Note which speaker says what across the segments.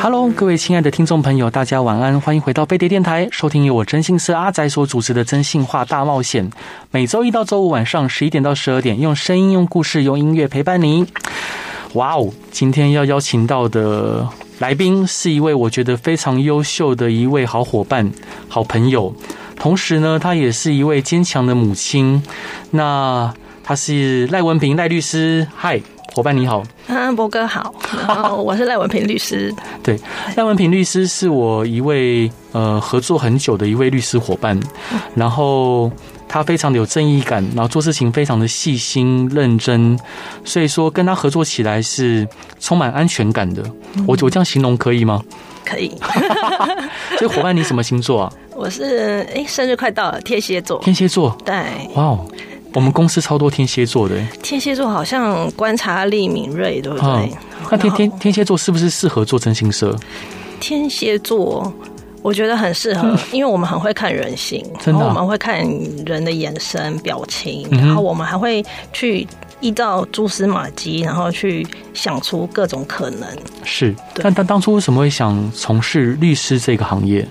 Speaker 1: Hello，各位亲爱的听众朋友，大家晚安，欢迎回到飞碟电台，收听由我真心社阿仔所主持的《真心话大冒险》，每周一到周五晚上十一点到十二点，用声音、用故事、用音乐陪伴你。哇哦，今天要邀请到的来宾是一位我觉得非常优秀的一位好伙伴、好朋友，同时呢，她也是一位坚强的母亲。那她是赖文平赖律师，嗨，伙伴你好。
Speaker 2: 嗯，博哥好，然后我是赖文平律师。
Speaker 1: 对， 赖文平律师是我一位呃合作很久的一位律师伙伴，然后他非常的有正义感，然后做事情非常的细心认真，所以说跟他合作起来是充满安全感的。我我这样形容可以吗？
Speaker 2: 可以，
Speaker 1: 所以伙伴你什么星座啊？
Speaker 2: 我是哎，生日快到了，天蝎座。
Speaker 1: 天蝎座。
Speaker 2: 对，
Speaker 1: 哇哦，我们公司超多天蝎座的欸。
Speaker 2: 天蝎座好像观察力敏锐，对不对？
Speaker 1: 嗯那天天天蝎座是不是适合做真心社？
Speaker 2: 天蝎座。我觉得很适合，因为我们很会看人性，
Speaker 1: 嗯真的啊
Speaker 2: 然后我们会看人的眼神、表情，
Speaker 1: 嗯哼
Speaker 2: 然后我们还会去依照蛛丝马迹，然后去想出各种可能。
Speaker 1: 是。
Speaker 2: 对
Speaker 1: 但但当初为什么会想从事律师这个行业？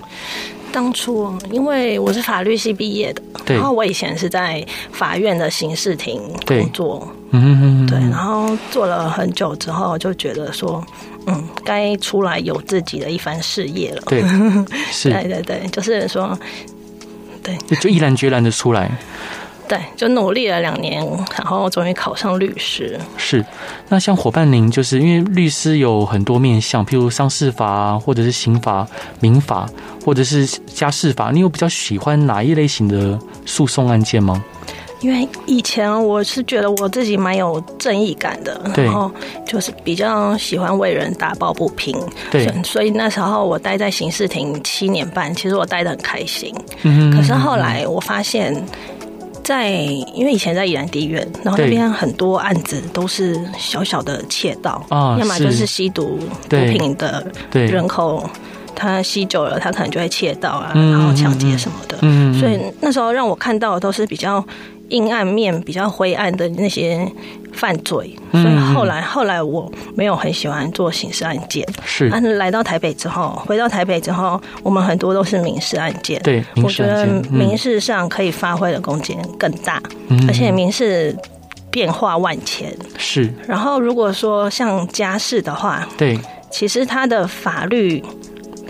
Speaker 2: 当初因为我是法律系毕业的，
Speaker 1: 对
Speaker 2: 然后我以前是在法院的刑事庭
Speaker 1: 对
Speaker 2: 工作，
Speaker 1: 嗯哼哼哼
Speaker 2: 对，然后做了很久之后，就觉得说，嗯，该出来有自己的一番事业了。
Speaker 1: 对，是。
Speaker 2: 对对对，就是说，
Speaker 1: 就就毅然决然的出来。
Speaker 2: 对，就努力了两年，然后终于考上律师。
Speaker 1: 是，那像伙伴您，就是因为律师有很多面向，譬如商事法啊，或者是刑法、民法，或者是家事法，你有比较喜欢哪一类型的诉讼案件吗？
Speaker 2: 因为以前我是觉得我自己蛮有正义感的，
Speaker 1: 对
Speaker 2: 然后就是比较喜欢为人打抱不平，
Speaker 1: 对
Speaker 2: 所以所以那时候我待在刑事庭七年半，其实我待得很开心。
Speaker 1: 嗯
Speaker 2: 可是后来我发现在，因为以前在宜兰地院，然后
Speaker 1: 对
Speaker 2: 那边很多案子都是小小的窃盗，
Speaker 1: 啊
Speaker 2: 要么
Speaker 1: 是
Speaker 2: 就是吸毒毒
Speaker 1: 对
Speaker 2: 品的
Speaker 1: 对，
Speaker 2: 人口，他吸久了，他可能就会窃盗啊，
Speaker 1: 嗯
Speaker 2: 然后抢劫什么的。
Speaker 1: 嗯
Speaker 2: 所以那时候让我看到的都是比较阴暗面、比较灰暗的那些犯罪。
Speaker 1: 嗯
Speaker 2: 所以后来，后来我没有很喜欢做刑事案件。
Speaker 1: 是
Speaker 2: 但是来到台北之后，回到台北之后，我们很多都是民事案件。
Speaker 1: 对民
Speaker 2: 我
Speaker 1: 事
Speaker 2: 觉
Speaker 1: 案
Speaker 2: 得
Speaker 1: 件
Speaker 2: 民事上可以发挥的空间更大，
Speaker 1: 嗯
Speaker 2: 而且民事变化万千。
Speaker 1: 是，
Speaker 2: 然后如果说像家事的话，
Speaker 1: 对，
Speaker 2: 其实它的法律，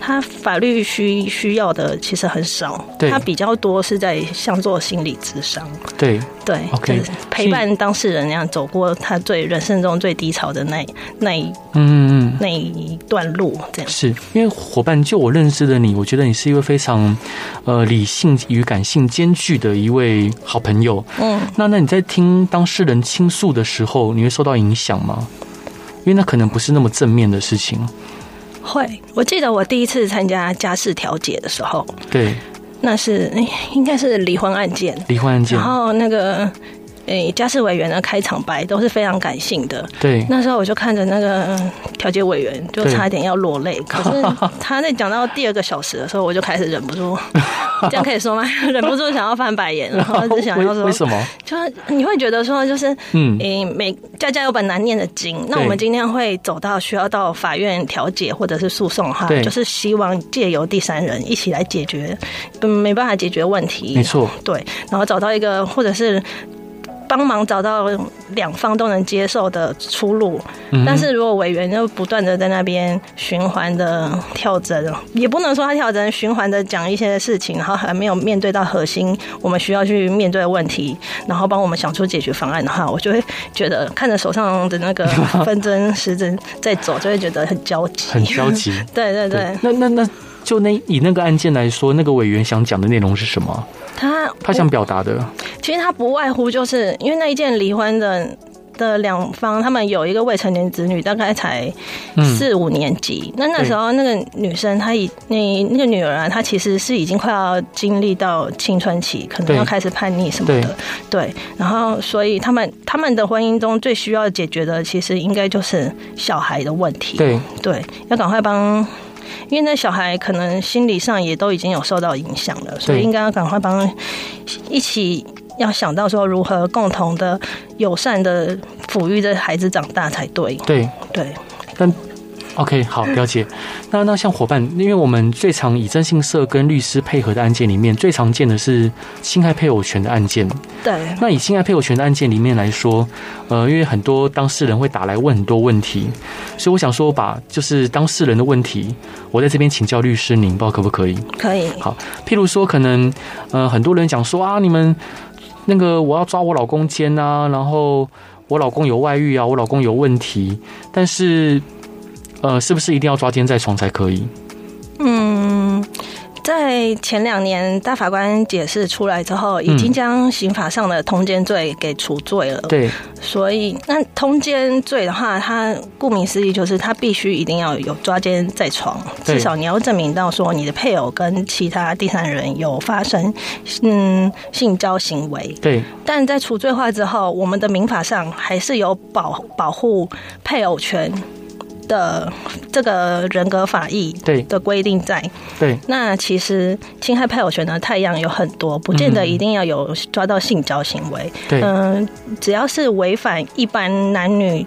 Speaker 2: 它法律需需要的其实很少，
Speaker 1: 对
Speaker 2: 它比较多是在像做心理智商，
Speaker 1: 对，
Speaker 2: 对
Speaker 1: OK，
Speaker 2: 就是陪伴当事人那样走过他最人生中最低潮的那那一
Speaker 1: 嗯嗯。
Speaker 2: 那一段路，这样。
Speaker 1: 是因为伙伴，就我认识的你，我觉得你是一位非常，呃，理性与感性兼具的一位好朋友。
Speaker 2: 嗯，
Speaker 1: 那那你在听当事人倾诉的时候，你会受到影响吗？因为那可能不是那么正面的事情。
Speaker 2: 会。我记得我第一次参加家事调解的时候，
Speaker 1: 对，
Speaker 2: 那是哎应该是离婚案件，
Speaker 1: 离婚案件
Speaker 2: 然，后那个。诶，家事委员的开场白都是非常感性的，
Speaker 1: 对，
Speaker 2: 那时候我就看着那个嗯调解委员，就
Speaker 1: 对
Speaker 2: 差一点要落泪。可 是他在讲到第二个小时的时候，我就开始忍不住，这样可以说吗？ 忍不住想要翻白眼，然后就想 要
Speaker 1: 为
Speaker 2: 说，
Speaker 1: 为什么？
Speaker 2: 就是你会觉得说，就是
Speaker 1: 嗯
Speaker 2: 诶，每家家有本难念的经。那
Speaker 1: 对
Speaker 2: 我们今天会走到需要到法院调解或者是诉讼哈
Speaker 1: 对，
Speaker 2: 就是希望借由第三人一起来解决，嗯，没办法解决问题，
Speaker 1: 没错，
Speaker 2: 对，然后找到一个或者是帮忙找到两方都能接受的出路。
Speaker 1: 嗯
Speaker 2: 但是如果委员就不断的在那边循环的跳针，也不能说他跳针，循环的讲一些事情，然后还没有面对到核心，我们需要去面对的问题，然后帮我们想出解决方案的话，我就会觉得看着手上的那个分针、时针在走，就会觉得很焦急。
Speaker 1: 很消极。
Speaker 2: 对对 对，，
Speaker 1: 那那那就那以那个案件来说，那个委员想讲的内容是什么？
Speaker 2: 他
Speaker 1: 他想表达的，
Speaker 2: 其实他不外乎就是因为那一件离婚的的两方，他们有一个未成年子女，大概才
Speaker 1: 嗯
Speaker 2: 四五年级。那那时候那个女生，她已那那个女儿啊，她其实是已经快要经历到青春期，可能要开始叛逆什么的。对，然后所以他们他们的婚姻中最需要解决的，其实应该就是小孩的问题。
Speaker 1: 对
Speaker 2: 对，要赶快帮。因为那小孩可能心理上也都已经有受到影响了，所以应该要赶快帮一起要想到说如何共同的友善的抚育这孩子长大才对。
Speaker 1: 对
Speaker 2: 对，
Speaker 1: 但 OK 好了解。那那像伙伴，因为我们最常以征信社跟律师配合的案件里面，最常见的是侵害配偶权的案件。
Speaker 2: 对，
Speaker 1: 那以侵害配偶权的案件里面来说，呃，因为很多当事人会打来问很多问题，所以我想说把就是当事人的问题，我在这边请教律师您，不知道可不可以？
Speaker 2: 可以。
Speaker 1: 好，譬如说可能呃很多人讲说啊，你们那个我要抓我老公奸啊，然后我老公有外遇啊，我老公有问题，但是呃是不是一定要抓奸在床才可以？
Speaker 2: 嗯，在前两年大法官解释出来之后，已经将刑法上的通奸罪给除罪了。
Speaker 1: 对，
Speaker 2: 所以，那通奸罪的话，它顾名思义就是它必须一定要有抓奸在床，
Speaker 1: 对
Speaker 2: 至少你要证明到说你的配偶跟其他第三人有发生嗯性交行为。
Speaker 1: 对，
Speaker 2: 但在除罪化之后，我们的民法上还是有保保护配偶权的这个人格法益
Speaker 1: 对
Speaker 2: 的规定在。
Speaker 1: 对，
Speaker 2: 那其实侵害配偶权的太阳有很多，不见
Speaker 1: 嗯
Speaker 2: 得一定要有抓到性交行为。
Speaker 1: 对
Speaker 2: 嗯、只要是违反一般男女。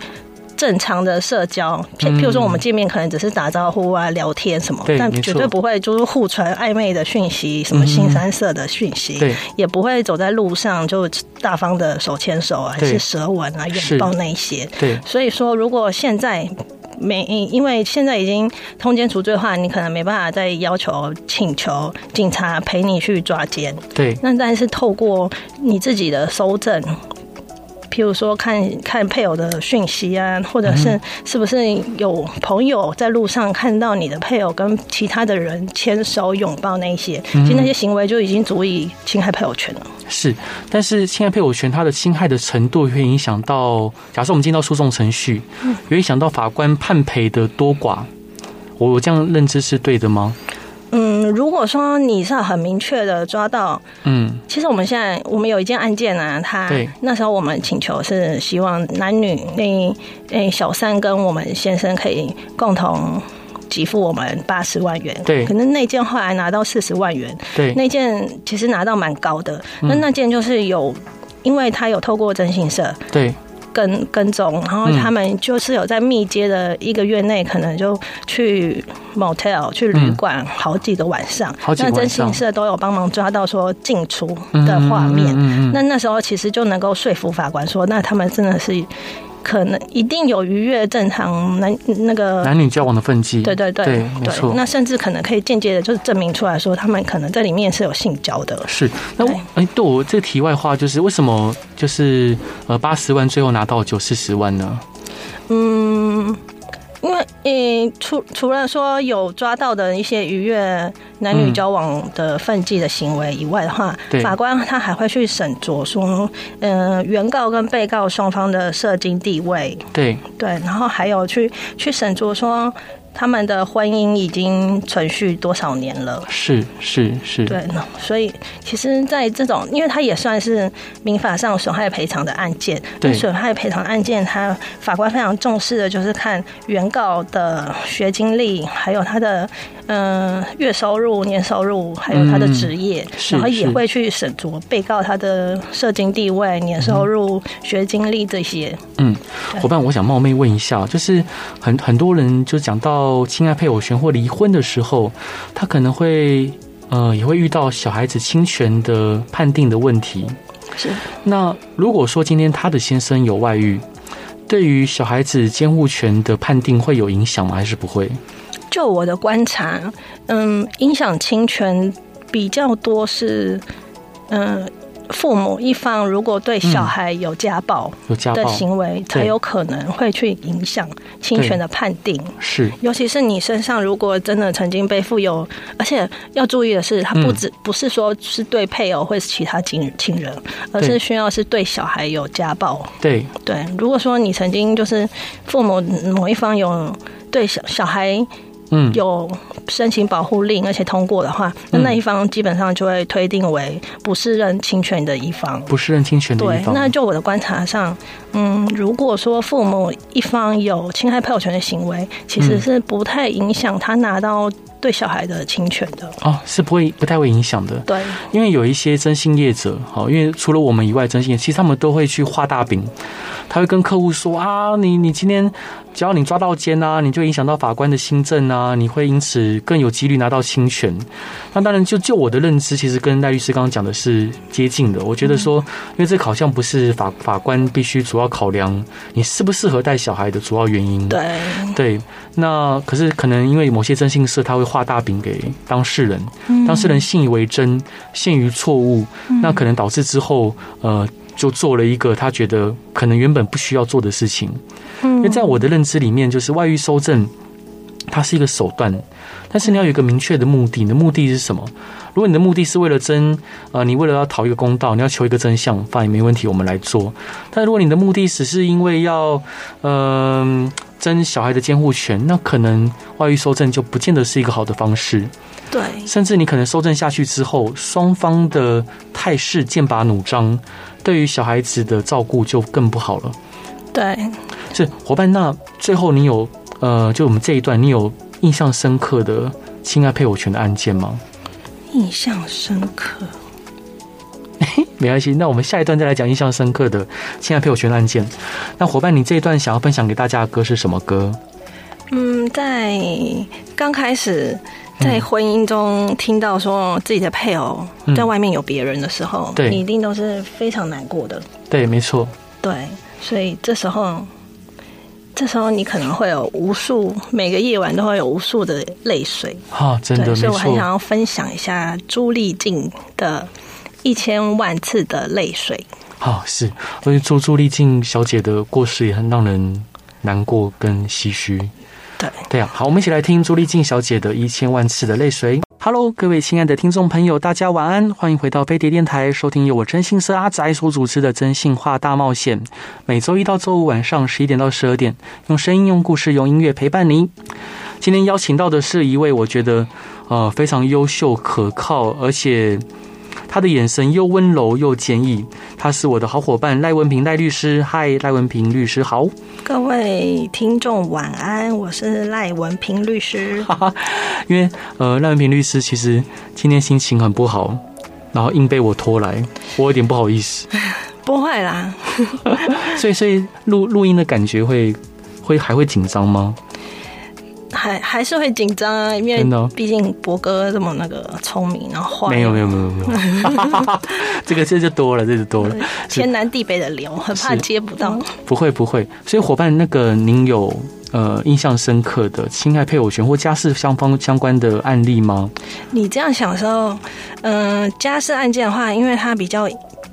Speaker 2: 正常的社交，譬
Speaker 1: 嗯
Speaker 2: 譬如说我们见面可能只是打招呼啊、聊天什么
Speaker 1: 对，
Speaker 2: 但
Speaker 1: 没错
Speaker 2: 绝对不会就是互传暧昧的讯息，什么新三色的讯息，
Speaker 1: 嗯对
Speaker 2: 也不会走在路上就大方的手牵手啊，还
Speaker 1: 对
Speaker 2: 是舌吻啊、
Speaker 1: 是
Speaker 2: 拥抱那一些。
Speaker 1: 对，
Speaker 2: 所以说，如果现在没，因为现在已经通奸除罪化，你可能没办法再要求请求警察陪你去抓奸。
Speaker 1: 对，
Speaker 2: 那但是透过你自己的搜证，譬如说看看配偶的讯息啊，或者是是不是有朋友在路上看到你的配偶跟其他的人牵手拥抱那一些，其实那些行为就已经足以侵害配偶权了。
Speaker 1: 是。但是侵害配偶权，它的侵害的程度会影响到，假设我们进到诉讼程序，有影响到法官判赔的多寡。我这样认知是对的吗？
Speaker 2: 嗯，如果说你是很明确的抓到
Speaker 1: 嗯，
Speaker 2: 其实我们现在我们有一件案件啊，他
Speaker 1: 对
Speaker 2: 那时候我们请求是希望男女那那小三跟我们先生可以共同给付我们八十万元，
Speaker 1: 对
Speaker 2: 可能那件后来拿到四十万元，
Speaker 1: 对，嗯
Speaker 2: 那件其实拿到蛮高的，那那件就是有。因为他有透过征信社
Speaker 1: 对，
Speaker 2: 跟跟踪，然后
Speaker 1: 嗯
Speaker 2: 他们就是有在密接的一个月内，可能就去 motel 去旅馆好几个晚上，
Speaker 1: 嗯好几个
Speaker 2: 那
Speaker 1: 晚
Speaker 2: 征
Speaker 1: 上
Speaker 2: 信社都有帮忙抓到说进出的画面，
Speaker 1: 嗯嗯嗯嗯
Speaker 2: 那那时候其实就能够说服法官说，那他们真的是可能一定有逾越正常男那个。
Speaker 1: 男女交往的分际，
Speaker 2: 对对对
Speaker 1: 对，没错。
Speaker 2: 那甚至可能可以间接的，就是证明出来说，他们可能这里面是有性交的。
Speaker 1: 是，那我
Speaker 2: 对
Speaker 1: 哎，对我这个题外话就是，为什么就是呃八十万最后拿到九四十万呢？
Speaker 2: 嗯，因为嗯，除除了说有抓到的一些逾越男女交往的犯纪的行为以外的话，
Speaker 1: 对
Speaker 2: 法官他还会去审酌说，嗯、原告跟被告双方的社经地位，
Speaker 1: 对，
Speaker 2: 对，然后还有去去审酌说他们的婚姻已经存续多少年了。
Speaker 1: 是是是，
Speaker 2: 对，那所以其实，在这种，因为它也算是民法上损害赔偿的案件。
Speaker 1: 对
Speaker 2: 那损害赔偿案件，它法官非常重视的就是看原告的学经历，还有他的嗯、呃月收入、年收入，还有他的职业，
Speaker 1: 嗯是
Speaker 2: 然后也
Speaker 1: 是
Speaker 2: 会去审酌被告他的社经地位、年收入、学经历这些。
Speaker 1: 嗯，伙伴，我想冒昧问一下，就是很很多人就讲到侵害配偶权或离婚的时候，他可能会呃也会遇到小孩子侵权的判定的问题。
Speaker 2: 是，
Speaker 1: 那如果说今天他的先生有外遇，对于小孩子监护权的判定会有影响吗？还是不会？
Speaker 2: 就我的观察，嗯，影响侵权比较多是，嗯、父母一方如果对小孩有家暴
Speaker 1: 有嗯家
Speaker 2: 的
Speaker 1: 暴
Speaker 2: 行为，才
Speaker 1: 对
Speaker 2: 有可能会去影响侵权的判定。
Speaker 1: 是
Speaker 2: 尤其是你身上如果真的曾经背负有，而且要注意的是，他不
Speaker 1: 嗯
Speaker 2: 只、不是说是对配偶或是其他亲亲人，而
Speaker 1: 对
Speaker 2: 是需要是对小孩有家暴。
Speaker 1: 对
Speaker 2: 对，如果说你曾经就是父母某一方有对小小孩
Speaker 1: 嗯
Speaker 2: 有申请保护令，而且通过的话，那
Speaker 1: 嗯
Speaker 2: 那一方基本上就会推定为不是认侵权的一方。
Speaker 1: 不是认侵权的
Speaker 2: 对
Speaker 1: 一，方，
Speaker 2: 那就我的观察上，嗯，如果说父母一方有侵害配偶权的行为，其实
Speaker 1: 嗯
Speaker 2: 是不太影响他拿到对小孩的侵权的。
Speaker 1: 哦是不会不太会影响的。
Speaker 2: 对，
Speaker 1: 因为有一些征信业者，好，因为除了我们以外，征信业其实他们都会去画大饼，他会跟客户说啊，你你今天只要你抓到奸啊，你就影响到法官的新政啊，你会因此更有几率拿到侵权。那当然就，就我的认知，其实跟赖律师刚刚讲的是接近的。我觉得说，
Speaker 2: 嗯
Speaker 1: 因为这好像不是法法官必须主要考量你适不适合带小孩的主要原因。
Speaker 2: 对，
Speaker 1: 对，那可是可能因为某些征信社，他会画大饼给当事人，当事人信以为真，陷于错误，那可能导致之后，呃，就做了一个他觉得可能原本不需要做的事情。因
Speaker 2: 嗯
Speaker 1: 为在我的认知里面，就是外遇收证，它是一个手段，但是你要有一个明确的目的，你的目的是什么？如果你的目的是为了争，呃，你为了要讨一个公道，你要求一个真相，反也没问题，我们来做。但如果你的目的只是因为要，嗯、争小孩的监护权，那可能外遇收证就不见得是一个好的方式，
Speaker 2: 对，
Speaker 1: 甚至你可能收证下去之后，双方的态势剑拔弩张，对于小孩子的照顾就更不好了。
Speaker 2: 对，
Speaker 1: 是伙伴，那最后你有呃，就我们这一段，你有印象深刻的侵害配偶权的案件吗？
Speaker 2: 印象深刻。
Speaker 1: 没关系，那我们下一段再来讲印象深刻的侵害配偶权的案件。那伙伴，你这一段想要分享给大家的歌是什么歌？
Speaker 2: 嗯，在刚开始在婚姻中听到说自己的配偶
Speaker 1: 嗯
Speaker 2: 在外面有别人的时候，
Speaker 1: 对
Speaker 2: 你一定都是非常难过的。
Speaker 1: 对，没错，
Speaker 2: 对，所以这时候，这时候你可能会有无数每个夜晚都会有无数的泪水。
Speaker 1: 哈、真的
Speaker 2: 对，
Speaker 1: 没
Speaker 2: 所以我很想
Speaker 1: 错，
Speaker 2: 要分享一下朱丽静的一千万次的泪水。
Speaker 1: 好、是。而且朱朱丽静小姐的过世也很让人难过跟唏嘘。
Speaker 2: 对，
Speaker 1: 对啊，好，我们一起来听朱丽静小姐的一千万次的泪水。Hello，各位亲爱的听众朋友，大家晚安，欢迎回到飞碟电台，收听由我真心社阿仔所主持的《真心话大冒险》，每周一到周五晚上十一点到十二点，用声音、用故事、用音乐陪伴您。今天邀请到的是一位我觉得呃非常优秀、可靠，而且他的眼神又温柔又坚毅，他是我的好伙伴赖文平赖律师。嗨，赖文平律师好。
Speaker 2: 各位听众晚安，我是赖文平律师。
Speaker 1: 哈哈， 因为呃，赖文平律师其实今天心情很不好，然后硬被我拖来，我有点不好意 思，
Speaker 2: 不会啦，
Speaker 1: 所以所以录录音的感觉会会还会紧张吗？
Speaker 2: 还还是会紧张啊，因
Speaker 1: 真的哦
Speaker 2: 为毕竟博哥这么那个聪明，然后坏，
Speaker 1: 没有没有没有没有，哈哈 哈这个这就多了，这就多了，
Speaker 2: 天南地北的聊，很怕
Speaker 1: 是
Speaker 2: 接不到。
Speaker 1: 不会不会。所以伙伴，那个您有呃印象深刻的侵害配偶权或家事相方相关的案例吗？
Speaker 2: 你这样想的时候，嗯、家事案件的话，因为它比较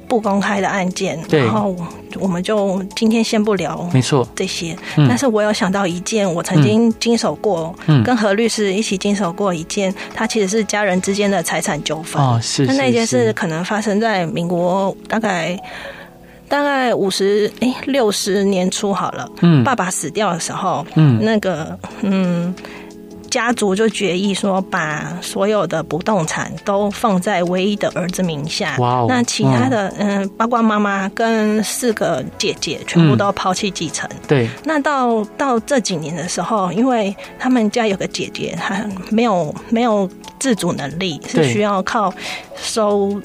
Speaker 2: 不公开的案件，
Speaker 1: 对
Speaker 2: 然后我们就今天先不聊
Speaker 1: 没错，
Speaker 2: 这些。
Speaker 1: 嗯
Speaker 2: 但是我有想到一件，我曾经经手过，
Speaker 1: 嗯
Speaker 2: 跟何律师一起经手过一件，它其实是家人之间的财产纠纷。
Speaker 1: 啊是
Speaker 2: 那
Speaker 1: 是
Speaker 2: 那一件事可能发生在民国大概大概五十哎六十年初好了，
Speaker 1: 嗯
Speaker 2: 爸爸死掉的时候，
Speaker 1: 嗯
Speaker 2: 那个嗯。家族就决议说，把所有的不动产都放在唯一的儿子名下。
Speaker 1: 哇哦
Speaker 2: 那其他的，嗯、包括妈妈跟四个姐姐，
Speaker 1: 嗯
Speaker 2: 全部都抛弃继承。
Speaker 1: 对
Speaker 2: 那到到这几年的时候，因为他们家有个姐姐，她没有没有自主能力，是
Speaker 1: 对
Speaker 2: 需要靠收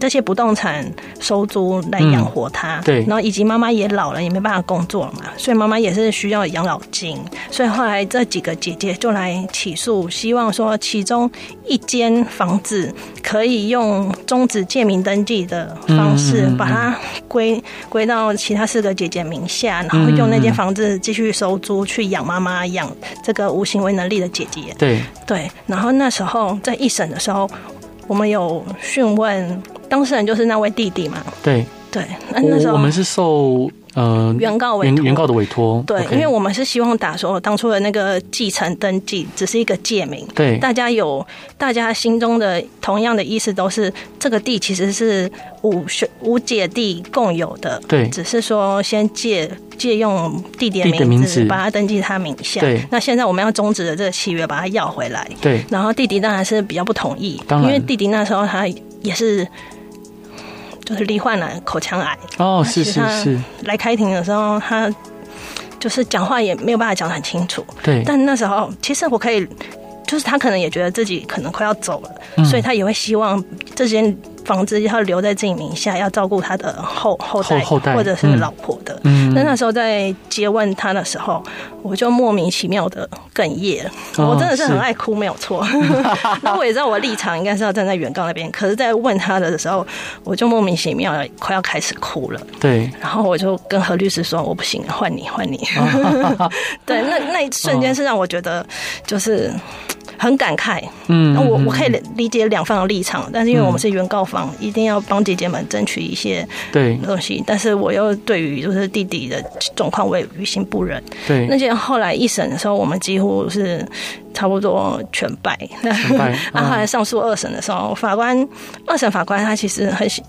Speaker 2: 这些不动产收租来养活她。
Speaker 1: 嗯对
Speaker 2: 然后以及妈妈也老了，也没办法工作嘛，所以妈妈也是需要养老金。所以后来这几个姐姐就来起诉，希望说其中一间房子可以用终止借名登记的方式
Speaker 1: 嗯嗯嗯
Speaker 2: 把它归归到其他四个姐姐名下，然后用那间房子继续收租去养妈妈，养这个无行为能力的姐姐。
Speaker 1: 对，
Speaker 2: 对，然后那时候在一审的时候。我们有讯问当事人，就是那位弟弟嘛。
Speaker 1: 对，
Speaker 2: 对，那啊那时
Speaker 1: 我哦
Speaker 2: 候
Speaker 1: 我们是受呃
Speaker 2: 原告哦委
Speaker 1: 原
Speaker 2: 托
Speaker 1: 原告的委托，
Speaker 2: 对
Speaker 1: OK，
Speaker 2: 因为我们是希望打说当初的那个继承登记只是一个借名，
Speaker 1: 对
Speaker 2: 大家有大家心中的同样的意思都是这个地其实是五兄五姐弟共有的，
Speaker 1: 对
Speaker 2: 只是说先借借用弟弟的
Speaker 1: 弟弟的名
Speaker 2: 名
Speaker 1: 字
Speaker 2: 字把它登记他名下，
Speaker 1: 对
Speaker 2: 那现在我们要终止了这个契约，把它要回来，
Speaker 1: 对
Speaker 2: 然后弟弟当然是比较不同意，
Speaker 1: 当
Speaker 2: 因
Speaker 1: 然
Speaker 2: 为弟弟那时候他也是就是罹患了口腔癌，
Speaker 1: 哦，
Speaker 2: 那
Speaker 1: 是
Speaker 2: 其
Speaker 1: 是
Speaker 2: 他
Speaker 1: 是，
Speaker 2: 来开庭的时候，他就是讲话也没有办法讲得很清楚。
Speaker 1: 对
Speaker 2: 但那时候，其实我可以，就是他可能也觉得自己可能快要走了，
Speaker 1: 嗯
Speaker 2: 所以他也会希望这间房子要留在自己名下，要照顾他的后后代
Speaker 1: 后后代
Speaker 2: 或者是
Speaker 1: 嗯
Speaker 2: 老婆的。
Speaker 1: 嗯
Speaker 2: 那那时候在接问他的时候，我就莫名其妙的哽咽，
Speaker 1: 哦
Speaker 2: 我真的是很
Speaker 1: 是
Speaker 2: 爱哭，没有错。 那我也知道我立场应该是要站在原告那边，可是，在问他的时候，我就莫名其妙地快要开始哭了。
Speaker 1: 对
Speaker 2: 然后我就跟何律师说：“我不行，换你，换你。”
Speaker 1: 哦
Speaker 2: 对，那那一瞬间是让我觉得就是很感慨。
Speaker 1: 嗯，
Speaker 2: 那我
Speaker 1: 嗯
Speaker 2: 我可以
Speaker 1: 嗯
Speaker 2: 理理解两方的立场，但是因为我们是原告方，一定要帮姐姐们争取一些
Speaker 1: 对
Speaker 2: 东西，但是我又对于就是弟弟的状况，我也于心不忍。那
Speaker 1: 对
Speaker 2: 些后来一审的时候，我们几乎是差不多全败。 那
Speaker 1: 败
Speaker 2: 啊，
Speaker 1: 嗯
Speaker 2: 后来上诉二审的时候，法官二审法官他其实很喜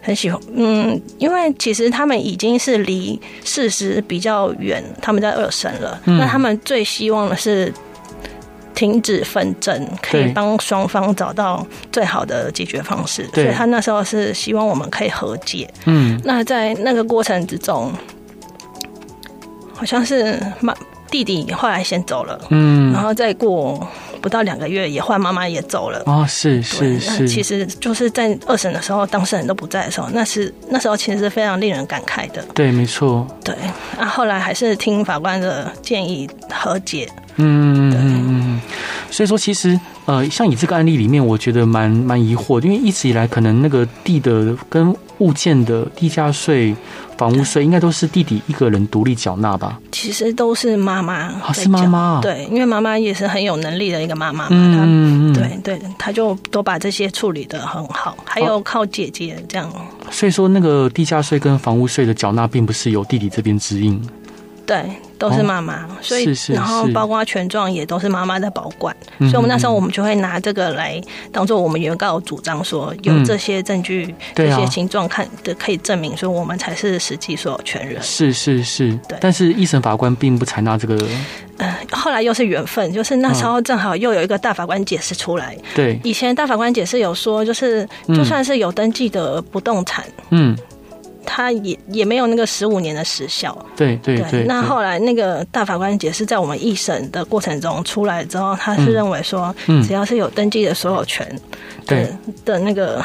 Speaker 2: 很喜欢，嗯，因为其实他们已经是离事实比较远，他们在二审了。
Speaker 1: 嗯
Speaker 2: 那他们最希望的是。停止纷争，可以
Speaker 1: 对
Speaker 2: 帮双方找到最好的解决方式。
Speaker 1: 对
Speaker 2: 所以他那时候是希望我们可以和解。
Speaker 1: 嗯
Speaker 2: 那在那个过程之中，好像是妈弟弟后来先走了，然
Speaker 1: 嗯
Speaker 2: 后再过不到两个月，也换妈妈也走了。
Speaker 1: 哦，是是
Speaker 2: 对那其
Speaker 1: 是，
Speaker 2: 实就是在二审的时候，当事人都不在的时候，那是那时候其实是非常令人感慨的。
Speaker 1: 对，没错，
Speaker 2: 对，那、后来还是听法官的建议和解。
Speaker 1: 嗯嗯嗯嗯，所以说其实呃，像你这个案例里面，我觉得蛮蛮疑惑的，因为一直以来可能那个地的跟物件的地价税、房屋税，应该都是弟弟一个人独立缴纳吧？
Speaker 2: 其实都是妈妈
Speaker 1: 啊，
Speaker 2: 在
Speaker 1: 是妈
Speaker 2: 讲，
Speaker 1: 妈啊，
Speaker 2: 对，因为妈妈也是很有能力的一个妈妈嘛，她
Speaker 1: 嗯，嗯，嗯，
Speaker 2: 对对，他就都把这些处理的很好，还
Speaker 1: 哦
Speaker 2: 有靠姐姐这样，
Speaker 1: 所以说那个地价税跟房屋税的缴纳，并不是由弟弟这边指引，
Speaker 2: 对，都是妈妈，所以
Speaker 1: 哦是是
Speaker 2: 然后
Speaker 1: 是
Speaker 2: 包括权状也都是妈妈在保管，
Speaker 1: 嗯
Speaker 2: 所以我们那时候我们就会拿这个来当做我们原告主张说有
Speaker 1: 嗯
Speaker 2: 这些证据、
Speaker 1: 对
Speaker 2: 这
Speaker 1: 啊
Speaker 2: 些形状看的可以证明说我们才是实际所有权人。
Speaker 1: 是是是
Speaker 2: 对，
Speaker 1: 但是一审法官并不采纳这个，
Speaker 2: 呃，后来又是缘分，就是那时候正好又有一个大法官解释出来，
Speaker 1: 对，
Speaker 2: 以前大法官解释有说，就是就算是有登记的不动产，
Speaker 1: 嗯，
Speaker 2: 它也也没有那个十五年的时效。
Speaker 1: 对对对，
Speaker 2: 那
Speaker 1: 对
Speaker 2: 后来那个大法官解释，在我们一审的过程中出来之后，他是认为说，
Speaker 1: 嗯
Speaker 2: 只要是有登记的所有权的
Speaker 1: 对
Speaker 2: 的那个。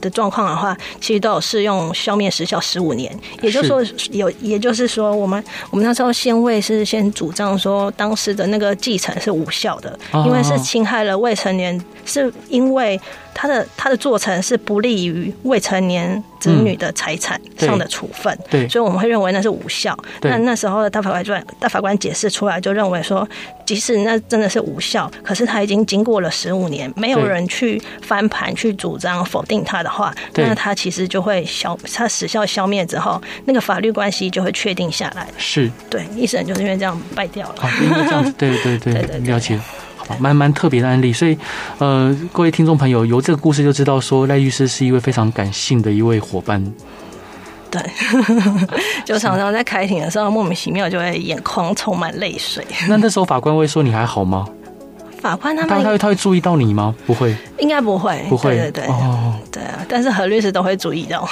Speaker 2: 的状况的话，其实都有适用消灭时效十五年，也就是说有，也就是说，我们我们那时候先位是先主张说，当时的那个继承是无效的，
Speaker 1: 哦
Speaker 2: 因为是侵害了未成年，是因为他的他的做成是不利于未成年子女的财产
Speaker 1: 对
Speaker 2: 上的处分，
Speaker 1: 对
Speaker 2: 所以我们会认为那是无效。
Speaker 1: 对
Speaker 2: 那那时候的大法官就大法官解释出来，就认为说，即使那真的是无效，可是他已经经过了十五年，没有
Speaker 1: 对
Speaker 2: 人去翻盘去主张否定他的话，
Speaker 1: 对
Speaker 2: 那他其实就会消，他时效消灭之后，那个法律关系就会确定下来。
Speaker 1: 是
Speaker 2: 对，一审就是因为这样败掉了。
Speaker 1: 啊，应该这样子，对对对，
Speaker 2: 对对对
Speaker 1: 了解。好吧，蛮蛮特别的案例，所以，呃，各位听众朋友，由这个故事就知道说，赖律师是一位非常感性的一位伙伴。
Speaker 2: 对， 就常常在开庭的时候莫名其妙就会眼眶充满泪水。
Speaker 1: 那那时候法官会说你还好吗？
Speaker 2: 法官他
Speaker 1: 他他
Speaker 2: 们
Speaker 1: 会他会注意到你吗？不会，
Speaker 2: 应该不会，
Speaker 1: 不会，
Speaker 2: 对对对。
Speaker 1: 哦，
Speaker 2: 对啊，但是何律师都会注意到，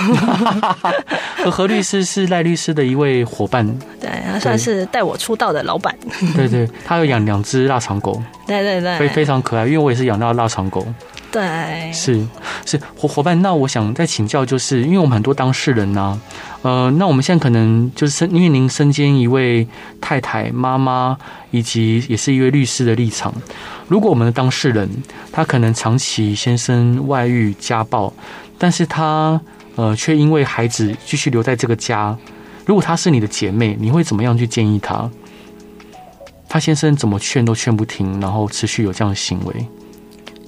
Speaker 1: 和何律师是赖律师的一位伙伴，
Speaker 2: 对他算是带我出道的老板，
Speaker 1: 对对，他有养两只腊肠狗，
Speaker 2: 对对
Speaker 1: 非
Speaker 2: 对，
Speaker 1: 非常可爱，因为我也是养到腊肠狗。
Speaker 2: 对，
Speaker 1: 是是伙伙伴，那我想再请教，就是因为我们很多当事人呐、呃，那我们现在可能就是身，因为您身兼一位太太、妈妈，以及也是一位律师的立场。如果我们的当事人他可能长期先生外遇、家暴，但是他呃却因为孩子继续留在这个家，如果她是你的姐妹，你会怎么样去建议她？她先生怎么劝都劝不听，然后持续有这样的行为，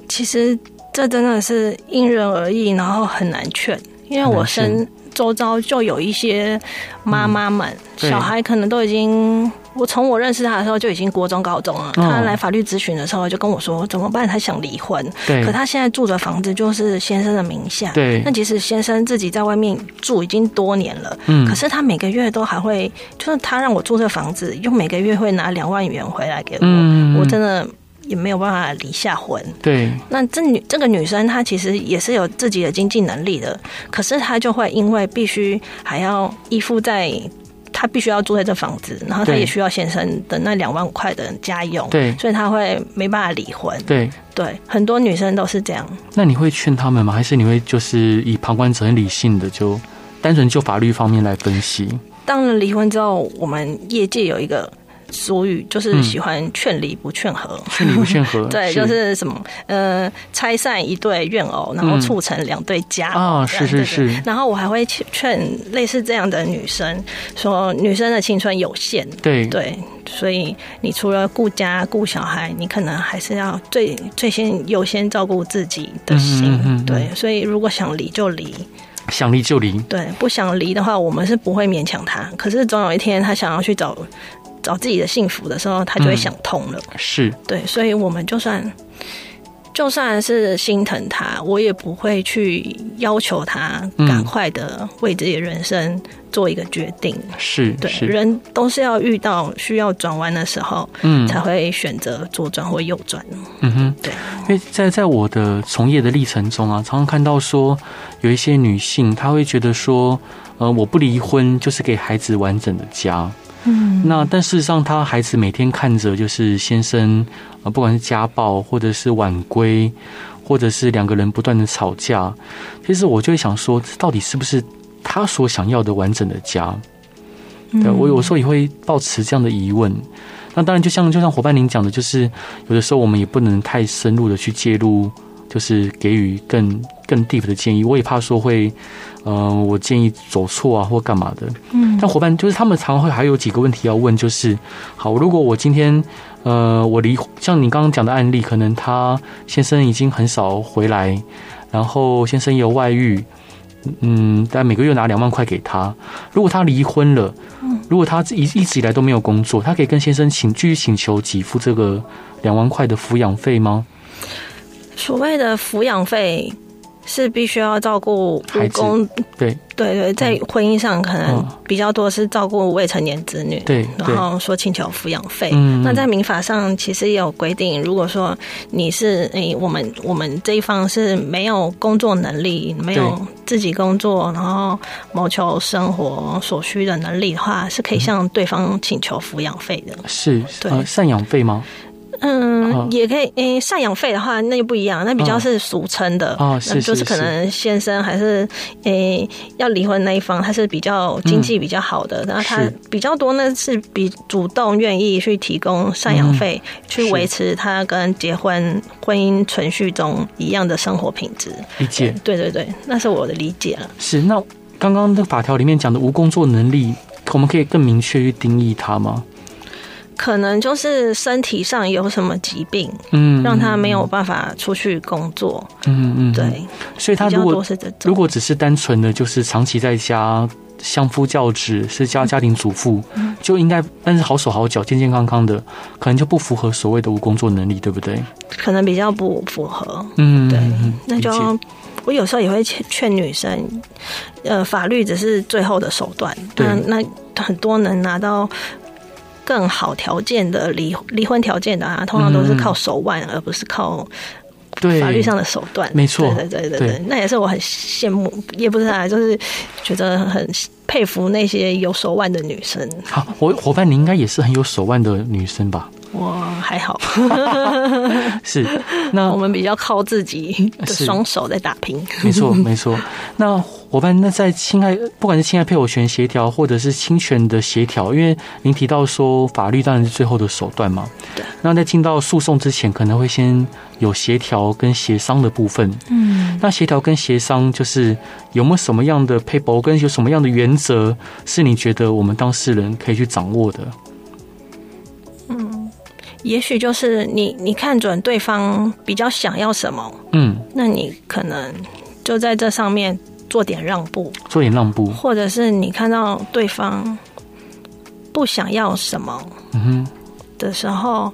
Speaker 2: 其实这真的是因人而异，然后很难劝，因为
Speaker 1: 很
Speaker 2: 我
Speaker 1: 难
Speaker 2: 身周遭就有一些妈妈们，
Speaker 1: 嗯对
Speaker 2: 小孩可能都已经。我从我认识他的时候就已经国中、高中
Speaker 1: 哦
Speaker 2: 了。他来法律咨询的时候就跟我说怎么办，他想离婚，
Speaker 1: 对
Speaker 2: 可他现在住的房子就是先生的名下。
Speaker 1: 对
Speaker 2: 那即使先生自己在外面住已经多年了，
Speaker 1: 嗯
Speaker 2: 可是他每个月都还会，就是他让我住这房子，又每个月会拿两万元回来给我，
Speaker 1: 嗯
Speaker 2: 我真的也没有办法离下婚。
Speaker 1: 对
Speaker 2: 那这女这个女生她其实也是有自己的经济能力的，可是她就会因为必须还要依附在。她必须要住在这房子，然后她
Speaker 1: 对
Speaker 2: 也需要先生的那两万块的家用，
Speaker 1: 对
Speaker 2: 所以她会没办法离婚。
Speaker 1: 对。
Speaker 2: 对，很多女生都是这样。
Speaker 1: 那你会劝他们吗？还是你会就是以旁观者很理性的就单纯就法律方面来分析？
Speaker 2: 当了离婚之后，我们业界有一个俗语，就是
Speaker 1: 嗯
Speaker 2: 喜欢劝离不劝和。，
Speaker 1: 劝离不劝和
Speaker 2: 对，就是什么呃，拆散一对怨偶，然后
Speaker 1: 嗯
Speaker 2: 促成两对佳偶
Speaker 1: 啊
Speaker 2: 这样
Speaker 1: 是是
Speaker 2: 对对
Speaker 1: 是
Speaker 2: 然后我还会劝劝类似这样的女生，说女生的青春有限，
Speaker 1: 对
Speaker 2: 对，所以你除了顾家顾小孩，你可能还是要最最先优先照顾自己的心。
Speaker 1: 嗯嗯嗯嗯嗯
Speaker 2: 对，所以如果想离就离，
Speaker 1: 想离就离，
Speaker 2: 对，不想离的话，我们是不会勉强他。可是总有一天，他想要去找找自己的幸福的时候，他
Speaker 1: 嗯
Speaker 2: 就会想通了。
Speaker 1: 是
Speaker 2: 对，所以我们就算就算是心疼他，我也不会去要求他
Speaker 1: 嗯
Speaker 2: 赶快的为自己的人生做一个决定。
Speaker 1: 是
Speaker 2: 对，
Speaker 1: 是，
Speaker 2: 人都是要遇到需要转弯的时候，
Speaker 1: 嗯
Speaker 2: 才会选择左转或右转。哦
Speaker 1: 嗯哼，
Speaker 2: 对，
Speaker 1: 因为在在我的从业的历程中啊，常常看到说有一些女性，她会觉得说，呃，我不离婚就是给孩子完整的家。
Speaker 2: 嗯，
Speaker 1: 那但事实上，她孩子每天看着就是先生，呃，不管是家暴或者是晚归，或者是两个人不断的吵架，其实我就会想说，这到底是不是她所想要的完整的家？对我
Speaker 2: 嗯
Speaker 1: 有时候也会抱持这样的疑问。那当然，就像就像伙伴您讲的，就是有的时候我们也不能太深入的去介入，就是给予更更 deep 的建议。我也怕说会，呃，我建议走错啊或干嘛的。
Speaker 2: 嗯
Speaker 1: 但伙伴就是他们常会还有几个问题要问，就是好，如果我今天呃我离像你刚刚讲的案例，可能他先生已经很少回来，然后先生也有外遇，嗯，但每个月拿两万块给他。如果他离婚了，如果他一一直以来都没有工作，他可以跟先生请继续请求给付这个两万块的抚养费吗？
Speaker 2: 所谓的抚养费是必须要照顾
Speaker 1: 孩
Speaker 2: 务
Speaker 1: 子
Speaker 2: 工
Speaker 1: 对
Speaker 2: 对对，在婚姻上可能
Speaker 1: 嗯
Speaker 2: 比较多是照顾未成年子女，
Speaker 1: 对对
Speaker 2: 然后说请求抚养费。
Speaker 1: 嗯
Speaker 2: 那在民法上其实也有规定，如果说你是诶、我们我们这一方是没有工作能力，没有自己工作，然后谋求生活所需的能力的话，是
Speaker 1: 嗯
Speaker 2: 可以向对方请求抚养费的。
Speaker 1: 是
Speaker 2: 对
Speaker 1: 呃赡养费吗？
Speaker 2: 嗯，
Speaker 1: 哦
Speaker 2: 也可以。诶、赡养费的话，那就不一样，那比
Speaker 1: 啊
Speaker 2: 较是俗称的，
Speaker 1: 哦是
Speaker 2: 那就是是可
Speaker 1: 是
Speaker 2: 能先生还是诶、要离婚那一方，他是比较经济比较好的，然后他
Speaker 1: 嗯是
Speaker 2: 比较多呢是比主动愿意去提供赡养费，
Speaker 1: 嗯
Speaker 2: 去维持他跟结婚婚姻存续中一样的生活品质。
Speaker 1: 理解
Speaker 2: 对对对，那是我的理解了。
Speaker 1: 是。那刚刚的法条里面讲的无工作能力，我们可以更明确去定义它吗？
Speaker 2: 可能就是身体上有什么疾病，
Speaker 1: 嗯，
Speaker 2: 让他没有办法出去工作。
Speaker 1: 嗯嗯，嗯
Speaker 2: 对，。
Speaker 1: 所以他
Speaker 2: 比
Speaker 1: 如
Speaker 2: 较
Speaker 1: 果
Speaker 2: 多是这种。
Speaker 1: 如果只是单纯的就是长期在家相夫教子，是家家庭主妇，
Speaker 2: 嗯
Speaker 1: 就应该但是好手好脚、健健康康的，可能就不符合所谓的无工作能力，对不对？
Speaker 2: 可能比较不符合。
Speaker 1: 嗯，
Speaker 2: 对
Speaker 1: 嗯
Speaker 2: 那就
Speaker 1: 理解
Speaker 2: 我有时候也会劝劝女生，呃，法律只是最后的手段。
Speaker 1: 对
Speaker 2: 那那很多能拿到更好条件的离离婚条件的啊，通常都是靠手腕，而不是靠
Speaker 1: 嗯对
Speaker 2: 法律上的手段。
Speaker 1: 没错
Speaker 2: 对对对对
Speaker 1: 对
Speaker 2: 对，那也是我很羡慕，也不是啊，就是觉得很佩服那些有手腕的女生。
Speaker 1: 好，我伙伴你应该也是很有手腕的女生 吧？
Speaker 2: 我还好，
Speaker 1: 是，那
Speaker 2: 我们比较靠自己的
Speaker 1: 是
Speaker 2: 双手在打拼。
Speaker 1: 没 错没错。那伙伴，那在侵害，不管是侵害配偶权协调，或者是侵权的协调，因为您提到说法律当然是最后的手段嘛。
Speaker 2: 对。
Speaker 1: 那在进到诉讼之前，可能会先有协调跟协商的部分。
Speaker 2: 嗯。
Speaker 1: 那协调跟协商，就是有没有什么样的 paper 跟有什么样的原则，是你觉得我们当事人可以去掌握的？
Speaker 2: 也许就是你你看准对方比较想要什么，
Speaker 1: 嗯，
Speaker 2: 那你可能就在这上面做点让步，
Speaker 1: 做点让步，
Speaker 2: 或者是你看到对方不想要什么
Speaker 1: 嗯哼，
Speaker 2: 的时候。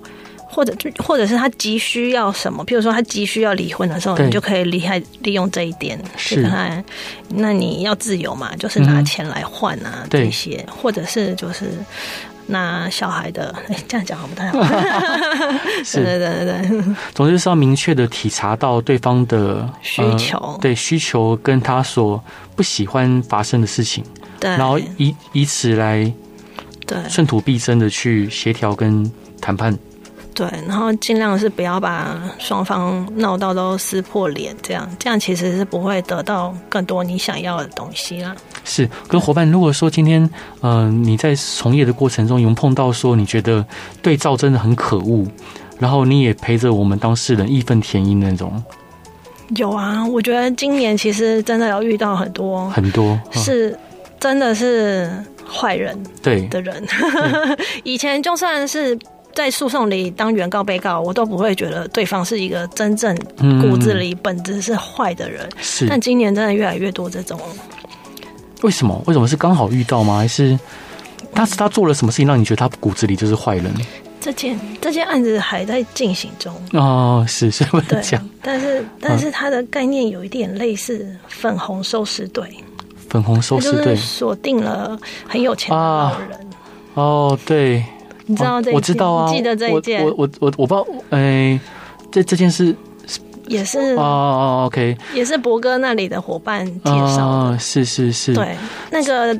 Speaker 2: 或者就或者是他急需要什么，譬如说他急需要离婚的时候，
Speaker 1: 对
Speaker 2: 你就可以厉害利用这一点
Speaker 1: 是
Speaker 2: 去跟他。那你要自由嘛，就是
Speaker 1: 嗯
Speaker 2: 拿
Speaker 1: 哼
Speaker 2: 钱来换啊、
Speaker 1: 嗯对
Speaker 2: 这些，或者是就是拿小孩的，哎，这样讲好不太好。对
Speaker 1: 是，嗯
Speaker 2: 对对对对，
Speaker 1: 总之是要明确的体察到对方的
Speaker 2: 需
Speaker 1: 呃
Speaker 2: 求
Speaker 1: 对需求跟他所不喜欢发生的事情，
Speaker 2: 对，
Speaker 1: 然后以以此来
Speaker 2: 对
Speaker 1: 寸土必争的去协调跟谈判。
Speaker 2: 对，然后尽量是不要把双方闹到都撕破脸，这样这样其实是不会得到更多你想要的东西啦。
Speaker 1: 是，跟伙伴，如果说今天，呃，你在从业的过程中有没有碰到说你觉得对照真的很可恶，然后你也陪着我们当事人义愤填膺的那种，
Speaker 2: 有啊，我觉得今年其实真的有遇到很 多
Speaker 1: 很多，嗯、
Speaker 2: 是真的是坏人
Speaker 1: 对，
Speaker 2: 的人。 以前就算是在诉讼里当原告、被告，我都不会觉得对方是一个真正
Speaker 1: 嗯
Speaker 2: 骨子里本质是坏的人。
Speaker 1: 是
Speaker 2: 但今年真的越来越多这种，
Speaker 1: 为什么？为什么是刚好遇到吗？还是他是他做了什么事情让你觉得他骨子里就是坏人？
Speaker 2: 这件这件案子还在进行中。
Speaker 1: 哦，是是不能
Speaker 2: 对
Speaker 1: 讲，嗯
Speaker 2: 但是但是它的概念有一点类似粉红收尸队，
Speaker 1: 粉红
Speaker 2: 它
Speaker 1: 收
Speaker 2: 就
Speaker 1: 视
Speaker 2: 是
Speaker 1: 队
Speaker 2: 锁定了很有钱的老人，
Speaker 1: 哦，对，
Speaker 2: 你知道
Speaker 1: 啊哦
Speaker 2: 这一件？
Speaker 1: 我知道啊，
Speaker 2: 你记得这一件
Speaker 1: 我我我我我不知道，哎，这这件事
Speaker 2: 也是、
Speaker 1: 哦哦，OK，
Speaker 2: 也是博哥那里的伙伴嗯介绍的，
Speaker 1: 哦，是是是，，
Speaker 2: 对，那个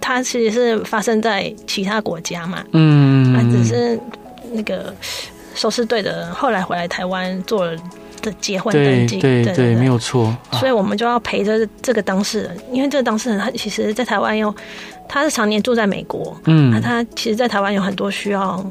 Speaker 2: 它其实是发生在其他国家嘛，
Speaker 1: 嗯，
Speaker 2: 那、只是那个收尸队的后来回来台湾做了的结婚
Speaker 1: 对
Speaker 2: 登记，
Speaker 1: 对对，没有错，啊
Speaker 2: 所以我们就要陪着这个当事人，因为这个当事人他其实，在台湾有，他是常年住在美国，那
Speaker 1: 嗯，
Speaker 2: 啊他其实，在台湾有很多需要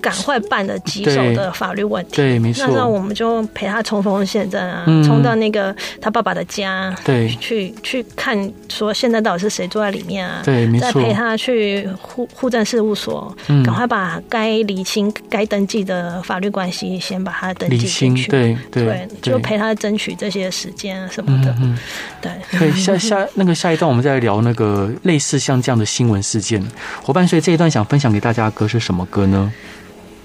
Speaker 2: 赶快办的棘手
Speaker 1: 对
Speaker 2: 的法律问题。
Speaker 1: 对，没
Speaker 2: 那时候我
Speaker 1: 错，
Speaker 2: 们就陪他冲锋陷阵啊
Speaker 1: 嗯，
Speaker 2: 冲、到那个他爸爸的家，
Speaker 1: 对
Speaker 2: 去去看说现在到底是谁坐在里面啊？
Speaker 1: 对，没
Speaker 2: 再
Speaker 1: 错，
Speaker 2: 陪他去户户政事务所，
Speaker 1: 嗯
Speaker 2: 赶快把该理清、该登记的法律关系先把它登
Speaker 1: 理
Speaker 2: 记
Speaker 1: 清，
Speaker 2: 进去。
Speaker 1: 对对
Speaker 2: 对，就陪他争取这些时间啊什么
Speaker 1: 嗯
Speaker 2: 的
Speaker 1: 嗯。嗯
Speaker 2: 对，
Speaker 1: 对，下下那个下一段我们再聊那个类似像这样的新闻事件。伙伴，所以这一段想分享给大家的歌是什么歌呢？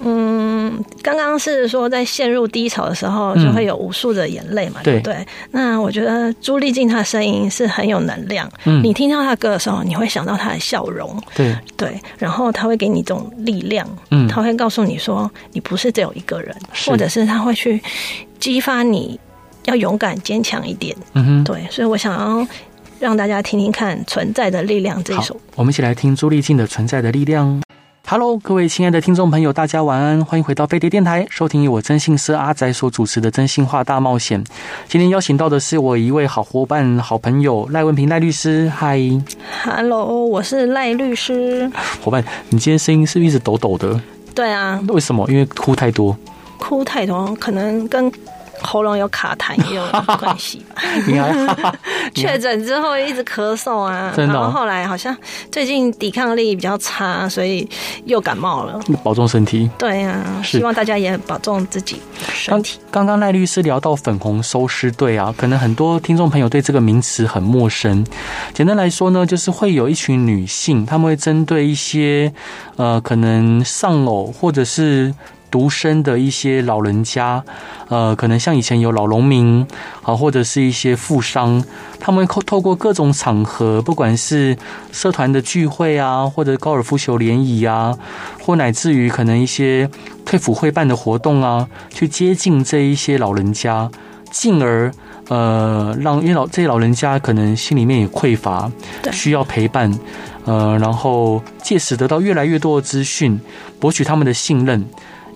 Speaker 2: 嗯，刚刚是说在陷入低潮的时候，
Speaker 1: 嗯
Speaker 2: 就会有无数的眼泪嘛，
Speaker 1: 对
Speaker 2: 对不对？那我觉得朱丽静她的声音是很有能量，
Speaker 1: 嗯
Speaker 2: 你听到她的歌的时候，你会想到她的笑容，
Speaker 1: 对，
Speaker 2: 对，然后她会给你一种力量，
Speaker 1: 嗯
Speaker 2: 她会告诉你说，你不是只有一个人，
Speaker 1: 是
Speaker 2: 或者是她会去激发你要勇敢、坚强一点，
Speaker 1: 嗯哼，
Speaker 2: 对，所以我想要让大家听听看《存在的力量》这一
Speaker 1: 好
Speaker 2: 首，，
Speaker 1: 我们一起来听朱丽静的《存在的力量》。Hello，各位亲爱的听众朋友，大家晚安，欢迎回到飞碟电台，收听由我真心师阿仔所主持的《真心话大冒险》。今天邀请到的是我一位好伙伴、好朋友赖文平赖律师。嗨，
Speaker 2: Hello，我是赖律师。
Speaker 1: 伙伴，你今天声音是不是一直抖抖的？
Speaker 2: 对啊，
Speaker 1: 为什么？因为哭太多，
Speaker 2: 哭太多可能跟喉咙有卡痰也有关系 吧。
Speaker 1: 你 还
Speaker 2: 确诊之后一直咳嗽啊，
Speaker 1: 真的哦
Speaker 2: 然后后来好像最近抵抗力比较差，所以又感冒了。
Speaker 1: 保重身体。
Speaker 2: 对啊，
Speaker 1: 是
Speaker 2: 希望大家也保重自己身
Speaker 1: 刚
Speaker 2: 体。
Speaker 1: 刚刚赖律师聊到粉红收尸队啊，可能很多听众朋友对这个名词很陌生。简单来说呢，就是会有一群女性，她们会针对一些呃可能丧偶或者是独身的一些老人家，呃，可能像以前有老农民啊，或者是一些富商，他们透透过各种场合，不管是社团的聚会啊，或者高尔夫球联谊啊，或乃至于可能一些退辅会办的活动啊，去接近这一些老人家，进而呃让因为老这些老人家可能心里面也匮乏，
Speaker 2: 对
Speaker 1: 需要陪伴，呃，然后借此得到越来越多的资讯，博取他们的信任，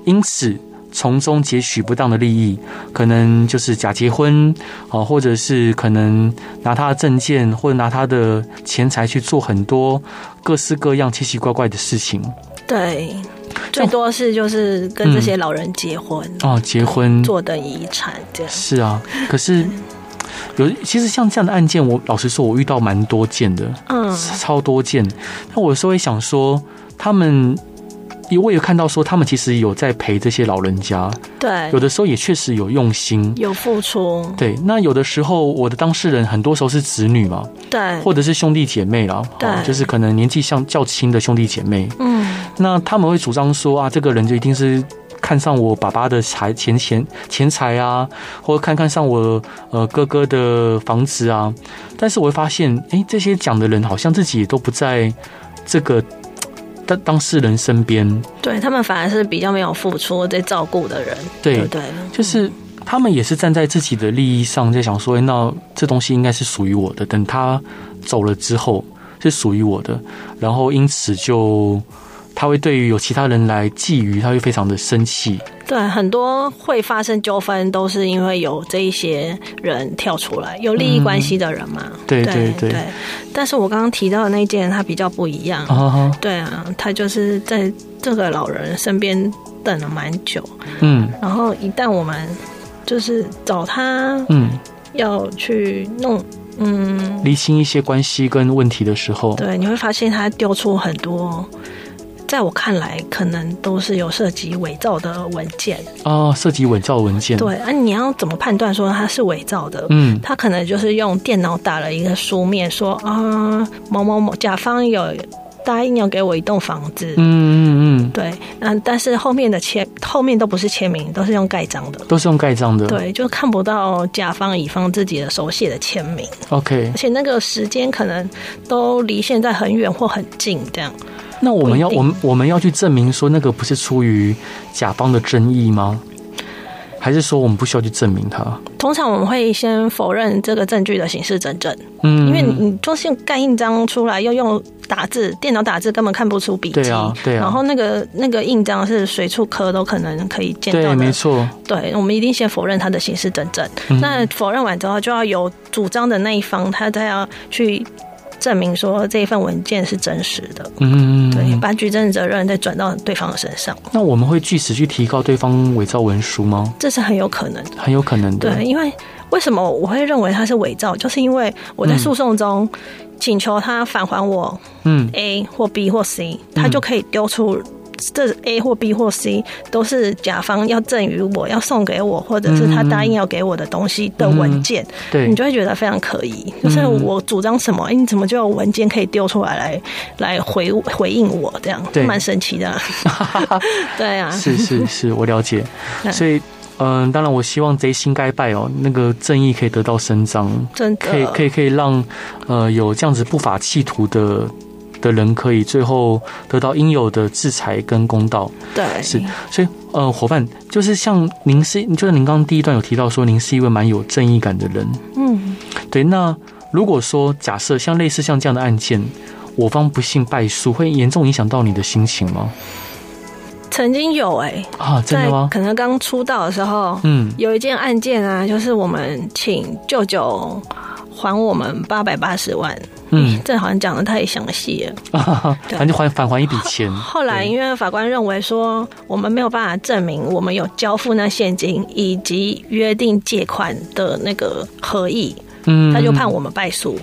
Speaker 1: 因此。从中截取不当的利益，可能就是假结婚啊，或者是可能拿他的证件或者拿他的钱财去做很多各式各样奇奇怪怪的事情
Speaker 2: 对，最多是就是跟这些老人结婚，
Speaker 1: 啊，结婚
Speaker 2: 坐等遗产这样。
Speaker 1: 是啊，可是有其实像这样的案件，我老实说，我遇到蛮多件的，
Speaker 2: 嗯，
Speaker 1: 超多件。那我有时候会想说，他们因为我有看到说他们其实有在陪这些老人家，
Speaker 2: 对
Speaker 1: 有，的时候也确实有用心。
Speaker 2: 有付出，
Speaker 1: 对，那有的时候我的当事人很多时候是子女嘛，
Speaker 2: 对，
Speaker 1: 或者是兄弟姐妹啦，
Speaker 2: 对
Speaker 1: 哦就是可能年纪相较亲的兄弟姐妹，
Speaker 2: 嗯，
Speaker 1: 那他们会主张说啊，这个人就一定是看上我爸爸的财钱钱钱财啊，或者看看上我呃哥哥的房子啊。但是我会发现，诶，这些讲的人好像自己也都不在这个当当事人身边，
Speaker 2: 对他们反而是比较没有付出在照顾的人，对
Speaker 1: 对
Speaker 2: 不，对？
Speaker 1: 就是。他们也是站在自己的利益上在想说，诶那这东西应该是属于我的，等他走了之后是属于我的，然后因此就他会对于有其他人来觊觎，他会非常的生气，
Speaker 2: 对，很多会发生纠纷都是因为有这一些人跳出来，有利益关系的人嘛。
Speaker 1: 嗯对对
Speaker 2: 对
Speaker 1: 对
Speaker 2: 但是我刚刚提到的那件，他比较不一样。
Speaker 1: 啊哈，
Speaker 2: 对啊，他就是在这个老人身边等了蛮久，
Speaker 1: 嗯
Speaker 2: 然后一旦我们就是找他
Speaker 1: 嗯，
Speaker 2: 要去弄，嗯，
Speaker 1: 厘清一些关系跟问题的时候，
Speaker 2: 对，你会发现他丢出很多。在我看来，可能都是有涉及伪造的文件。
Speaker 1: 哦，涉及伪造文件，，
Speaker 2: 对啊，你要怎么判断说它是伪造的？
Speaker 1: 嗯
Speaker 2: 他可能就是用电脑打了一个书面说啊，某某某甲方有答应要给我一栋房子，
Speaker 1: 嗯嗯嗯，
Speaker 2: 对，那但是后面的签后面都不是签名，都是用盖章的。
Speaker 1: 都是用盖章的，
Speaker 2: 对，就看不到甲方乙方自己的手写的签名，
Speaker 1: ，OK
Speaker 2: 而。且那个时间可能都离现在很远或很近，这样
Speaker 1: 那我
Speaker 2: 不
Speaker 1: 们
Speaker 2: 一
Speaker 1: 要
Speaker 2: 定
Speaker 1: 我们我们要去证明说那个不是出于甲方的争议吗？还是说我们不需要去证明它？
Speaker 2: 通常我们会先否认这个证据的形式真正，
Speaker 1: 嗯，
Speaker 2: 因为你你就是盖印章出来，又用打字，电脑打字根本看不出笔迹。
Speaker 1: 对啊对啊
Speaker 2: 然后那个那个印章是随处刻都可能可以见
Speaker 1: 对，
Speaker 2: 到
Speaker 1: 没
Speaker 2: 的。
Speaker 1: 错，
Speaker 2: 对，我们一定先否认它的形式真正。
Speaker 1: 嗯
Speaker 2: 那否认完之后，就要有主张的那一方，他再要去证明说这一份文件是真实的。
Speaker 1: 嗯嗯嗯
Speaker 2: 对，
Speaker 1: 嗯。
Speaker 2: 把举证责任再转到对方的身上，
Speaker 1: 那我们会据此去提高对方伪造文书吗？
Speaker 2: 这是很有可能的。
Speaker 1: 很有可能的。
Speaker 2: 对，因为为什么我会认为它是伪造，就是因为我在
Speaker 1: 嗯
Speaker 2: 诉讼中请求他返还我
Speaker 1: 嗯
Speaker 2: A 或 B 或 C，他就可以丢出这 A 或 B 或 C 都是甲方要赠予我、要送给我，或者是他答应要给我的东西的文件，
Speaker 1: 嗯对，嗯
Speaker 2: 你就会觉得非常可疑。就是我主张什么，哎、你怎么就有文件可以丢出来来来回回应我这样
Speaker 1: 对，
Speaker 2: 蛮神奇的、 啊。对啊，
Speaker 1: 是是是，我了解。
Speaker 2: 对
Speaker 1: 所以，嗯、当然，我希望贼心该败哦，那个正义可以得到伸张，
Speaker 2: 真的
Speaker 1: 可以可以可以让呃有这样子不法企图的的人，可以最后得到应有的制裁跟公道。
Speaker 2: 对
Speaker 1: 是所以，呃，伙伴，就是像您是，就是您刚刚第一段有提到说，您是一位蛮有正义感的人。
Speaker 2: 嗯
Speaker 1: 对，那如果说假设像类似像这样的案件，我方不幸败诉，会严重影响到你的心情吗？
Speaker 2: 曾经有哎、
Speaker 1: 啊，真
Speaker 2: 在
Speaker 1: 的吗？
Speaker 2: 可能刚出道的时候，
Speaker 1: 嗯
Speaker 2: 有一件案件啊，就是我们请舅舅还我们八百八十万，
Speaker 1: 嗯。
Speaker 2: 这好像讲的太详细
Speaker 1: 啊
Speaker 2: 了。
Speaker 1: 哈哈，
Speaker 2: 对
Speaker 1: 反正还返还一笔 钱。
Speaker 2: 后来
Speaker 1: 对
Speaker 2: 因为法官认为说，我们没有办法证明我们有交付那现金以及约定借款的那个合意，
Speaker 1: 嗯
Speaker 2: 他就判我们败诉。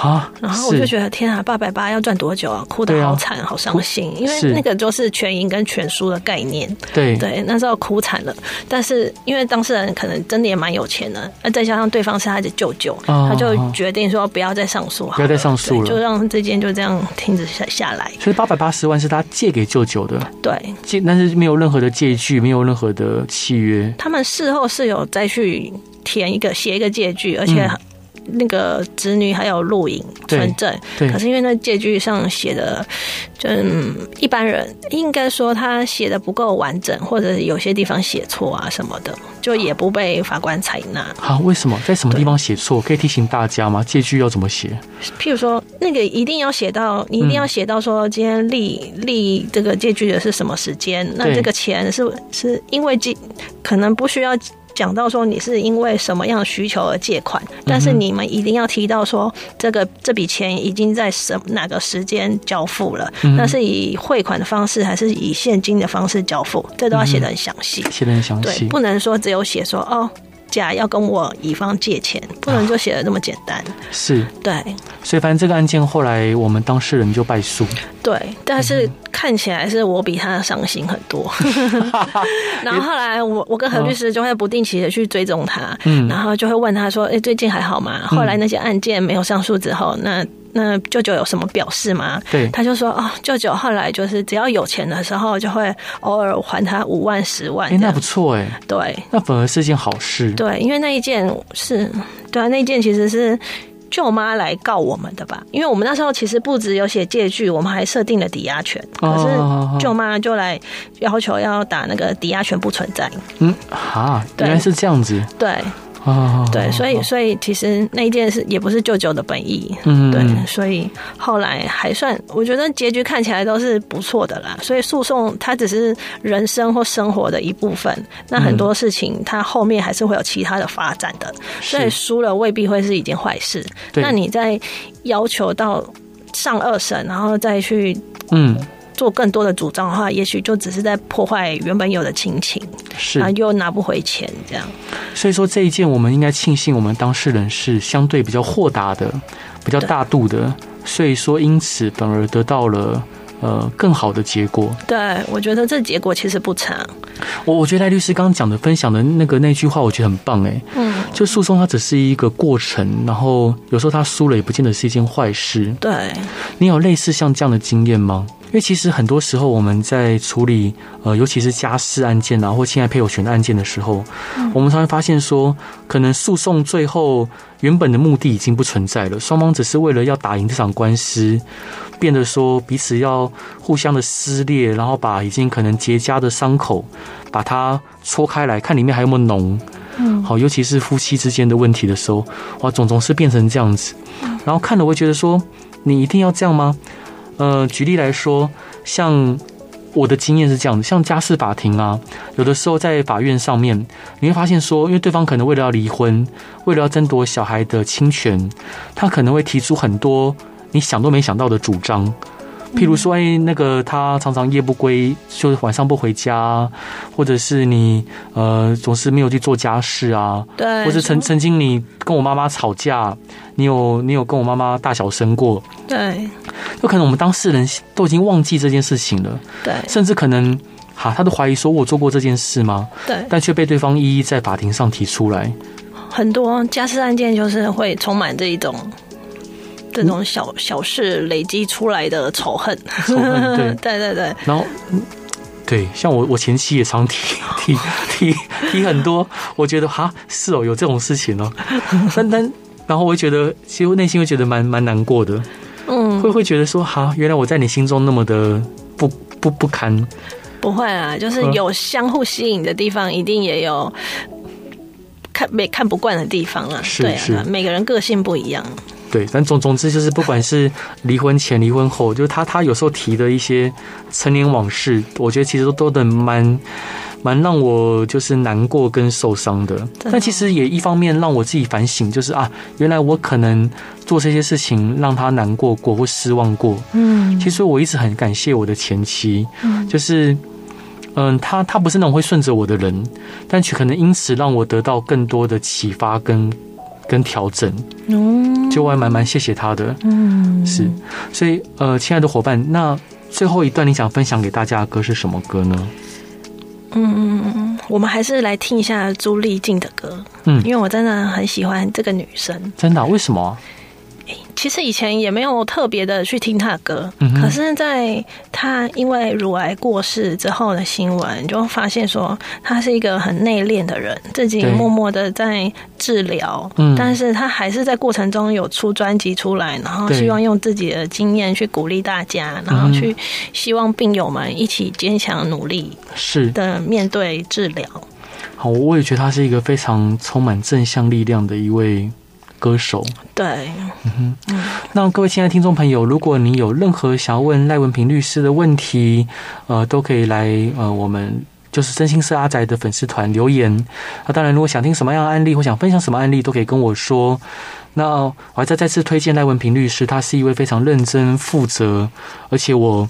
Speaker 1: 啊，
Speaker 2: 然后我就是觉得天啊，八百八要赚多久啊？哭得
Speaker 1: 对啊
Speaker 2: 好惨，好伤心，因为
Speaker 1: 是
Speaker 2: 那个就是全赢跟全输的概念。
Speaker 1: 对
Speaker 2: 对，那时候哭惨了。但是因为当事人可能真的也蛮有钱的，那再加上对方是他的舅舅，
Speaker 1: 哦
Speaker 2: 他就 决定说不要再上诉好了，
Speaker 1: 不要再上诉了
Speaker 2: 对就让这件就这样停止下下来。
Speaker 1: 所以八百八十万是他借给舅舅的，
Speaker 2: 对
Speaker 1: 借但是没有任何的借据，没有任何的契约。
Speaker 2: 他们事后是有再去填一个写一个借据，而且
Speaker 1: 嗯
Speaker 2: 那个侄女还有录影
Speaker 1: 对
Speaker 2: 存证。
Speaker 1: 对
Speaker 2: 可，是因为那借据上写的，就、嗯、一般人应该说他写的不够完整，或者有些地方写错啊什么的，就也不被法官采纳。
Speaker 1: 好、为什么在什么地方写错？可以提醒大家吗？借据要怎么写？
Speaker 2: 譬如说，那个一定要写到，你一定要写到说今天立立这个借据的是什么时间，那
Speaker 1: 对
Speaker 2: 这个钱是是因为借，可能不需要。讲到说你是因为什么样的需求而借款，但是你们一定要提到说这个这笔钱已经在什哪个时间交付了，那是以汇款的方式还是以现金的方式交付，这都要写得很详细。
Speaker 1: 写的很详
Speaker 2: 对，
Speaker 1: 细。
Speaker 2: 不能说只有写说哦，架，要跟我乙方借钱，不能就写的那么简单。
Speaker 1: 是，
Speaker 2: 对
Speaker 1: 所以反正这个案件后来我们当事人就败诉，
Speaker 2: 对，但
Speaker 1: 嗯
Speaker 2: 是看起来是我比他伤心很 多。 然后后来我我跟何律师就会不定期的去追踪他，
Speaker 1: 嗯
Speaker 2: 然后就会问他说：“哎、最近还好吗？”后来那些案件没有上诉之后，那那舅舅有什么表示吗？
Speaker 1: 对
Speaker 2: 他就说：“哦，舅舅后来就是只要有钱的时候，就会偶尔还他五万、十万
Speaker 1: 哎，
Speaker 2: 这
Speaker 1: 那
Speaker 2: 样。
Speaker 1: 不错哎，
Speaker 2: 对
Speaker 1: 那反而是件好事。
Speaker 2: 对，因为那一件是，对啊，那一件其实是。舅妈来告我们的吧，因为我们那时候其实不只有写借据，我们还设定了抵押权。可
Speaker 1: 哦
Speaker 2: 是舅妈就来要求要打那个抵押权不存在。
Speaker 1: 嗯，哈，
Speaker 2: 对
Speaker 1: 原来是这样子
Speaker 2: 对
Speaker 1: 啊。
Speaker 2: 对，所以所以其实那一件事也不是舅舅的本意。
Speaker 1: 嗯，
Speaker 2: 对
Speaker 1: 嗯，
Speaker 2: 所以后来还算，我觉得结局看起来都是不错的啦。所以诉讼它只是人生或生活的一部分，那
Speaker 1: 嗯
Speaker 2: 很多事情它后面还是会有其他的发展的。所以
Speaker 1: 是
Speaker 2: 输了未必会是一件坏事。
Speaker 1: 对
Speaker 2: 那你在要求到上二审，然后再去
Speaker 1: 嗯
Speaker 2: 做更多的主张的话，也许就只是在破坏原本有的亲情，
Speaker 1: 是
Speaker 2: 然后，又拿不回钱这样。
Speaker 1: 所以说这一件我们应该庆幸我们当事人是相对比较豁达的，比较大度的，所以说因此反而得到了。呃，更好的结果，
Speaker 2: 对，我觉得这结果其实不差。
Speaker 1: 我我觉得赖律师刚刚讲的分享的那个那句话，我觉得很棒哎。
Speaker 2: 嗯，
Speaker 1: 就诉讼它只是一个过程，然后有时候他输了也不见得是一件坏事。
Speaker 2: 对。
Speaker 1: 你有类似像这样的经验吗？因为其实很多时候我们在处理呃，尤其是家事案件啊，或侵害配偶权的案件的时候，我们常会发现说，可能诉讼最后原本的目的已经不存在了，双方只是为了要打赢这场官司，变得说彼此要互相的撕裂，然后把已经可能结痂的伤口把它戳开来，看里面还有没有脓。
Speaker 2: 嗯
Speaker 1: 好，尤其是夫妻之间的问题的时候，哇，总总是变成这样子，然后看了我会觉得说，你一定要这样吗？呃，举例来说，像我的经验是这样的，像家事法庭啊，有的时候在法院上面，你会发现说，因为对方可能为了要离婚，为了要争夺小孩的侵权，他可能会提出很多你想都没想到的主张。譬如说，哎，那个他常常夜不归，就是晚上不回家啊，或者是你呃总是没有去做家事啊，
Speaker 2: 对，
Speaker 1: 或是曾曾经你跟我妈妈吵架，你有你有跟我妈妈大小声过，
Speaker 2: 对
Speaker 1: 有可能我们当事人都已经忘记这件事情了，
Speaker 2: 对
Speaker 1: 甚至可能哈，他都怀疑说我有做过这件事吗？
Speaker 2: 对，
Speaker 1: 但却被对方一一在法庭上提出来。
Speaker 2: 很多家事案件就是会充满这一种这种小小事累积出来的仇恨，
Speaker 1: 仇恨对
Speaker 2: 对 对对
Speaker 1: 然后，嗯对，像我我前妻也常提提提提很多，我觉得哈是哦，有这种事情哦。但但然后我会觉得，其实内心会觉得蛮蛮难过的，
Speaker 2: 嗯，
Speaker 1: 会会觉得说哈，原来我在你心中那么的不不不堪。
Speaker 2: 不会啊，就是有相互吸引的地方，一定也有。看没看不惯的地方啊，
Speaker 1: 是
Speaker 2: 对
Speaker 1: 是
Speaker 2: 啊，每个人个性不一样，
Speaker 1: 对，但总总之就是，不管是离婚前、离婚后，就是他他有时候提的一些陈年往事，我觉得其实都都的蛮蛮让我就是难过跟受伤的。但其实也一方面让我自己反省，就是啊，原来我可能做这些事情让他难过过或失望过。
Speaker 2: 嗯
Speaker 1: 其实我一直很感谢我的前妻，就是。嗯，他他不是那种会顺着我的人，但却可能因此让我得到更多的启发跟跟调整。
Speaker 2: 嗯
Speaker 1: 就我还蛮蛮谢谢他的，
Speaker 2: 嗯
Speaker 1: 是，所以呃，亲爱的伙伴，那最后一段你想分享给大家的歌是什么歌呢？
Speaker 2: 嗯，我们还是来听一下朱丽静的歌，
Speaker 1: 嗯
Speaker 2: 因为我真的很喜欢这个女生，
Speaker 1: 真的啊、为什么啊、
Speaker 2: 其实以前也没有特别的去听他的歌，
Speaker 1: 嗯哼
Speaker 2: 可是在他因为乳癌过世之后的新闻，就发现说他是一个很内敛的人，自己
Speaker 1: 对
Speaker 2: 默默的在治疗，
Speaker 1: 嗯
Speaker 2: 但是他还是在过程中有出专辑出来，然后
Speaker 1: 对嗯
Speaker 2: 希望用自己的经验去鼓励大家，然后去希望病友们一起坚强努力
Speaker 1: 是，
Speaker 2: 的面对治疗。
Speaker 1: 好，我也觉得他是一个非常充满正向力量的一位歌手。
Speaker 2: 对，
Speaker 1: 那各位亲爱的听众朋友，如果你有任何想要问赖文平律师的问题，呃，都可以来呃我们。就是真心是阿宅的粉丝团留言，那当然，如果想听什么样的案例或想分享什么案例，都可以跟我说。那我还再再次推荐赖文平律师，他是一位非常认真负责，而且我，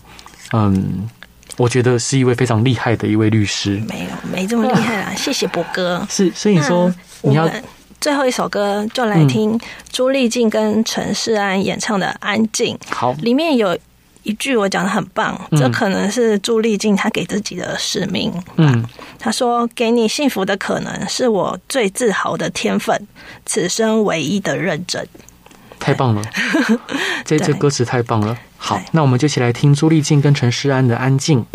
Speaker 1: 嗯，我觉得是一位非常厉害的一位律师。
Speaker 2: 没有没这么厉害啦，谢谢博哥。
Speaker 1: 是，所以说
Speaker 2: 那
Speaker 1: 你
Speaker 2: 我
Speaker 1: 要嗯
Speaker 2: 们最后一首歌就来听朱丽静跟陈世安演唱的《安静》，
Speaker 1: 好，
Speaker 2: 里面有一句我讲的很棒，
Speaker 1: 嗯
Speaker 2: 这可能是朱丽静她给自己的使命。
Speaker 1: 嗯，
Speaker 2: 她说：“给你幸福的可能是我最自豪的天分，此生唯一的认真。
Speaker 1: 太棒 了，这这
Speaker 2: 对
Speaker 1: 歌词太棒了。好
Speaker 2: 对，
Speaker 1: 那我们就一起来听朱丽静跟陈诗安的《安静》。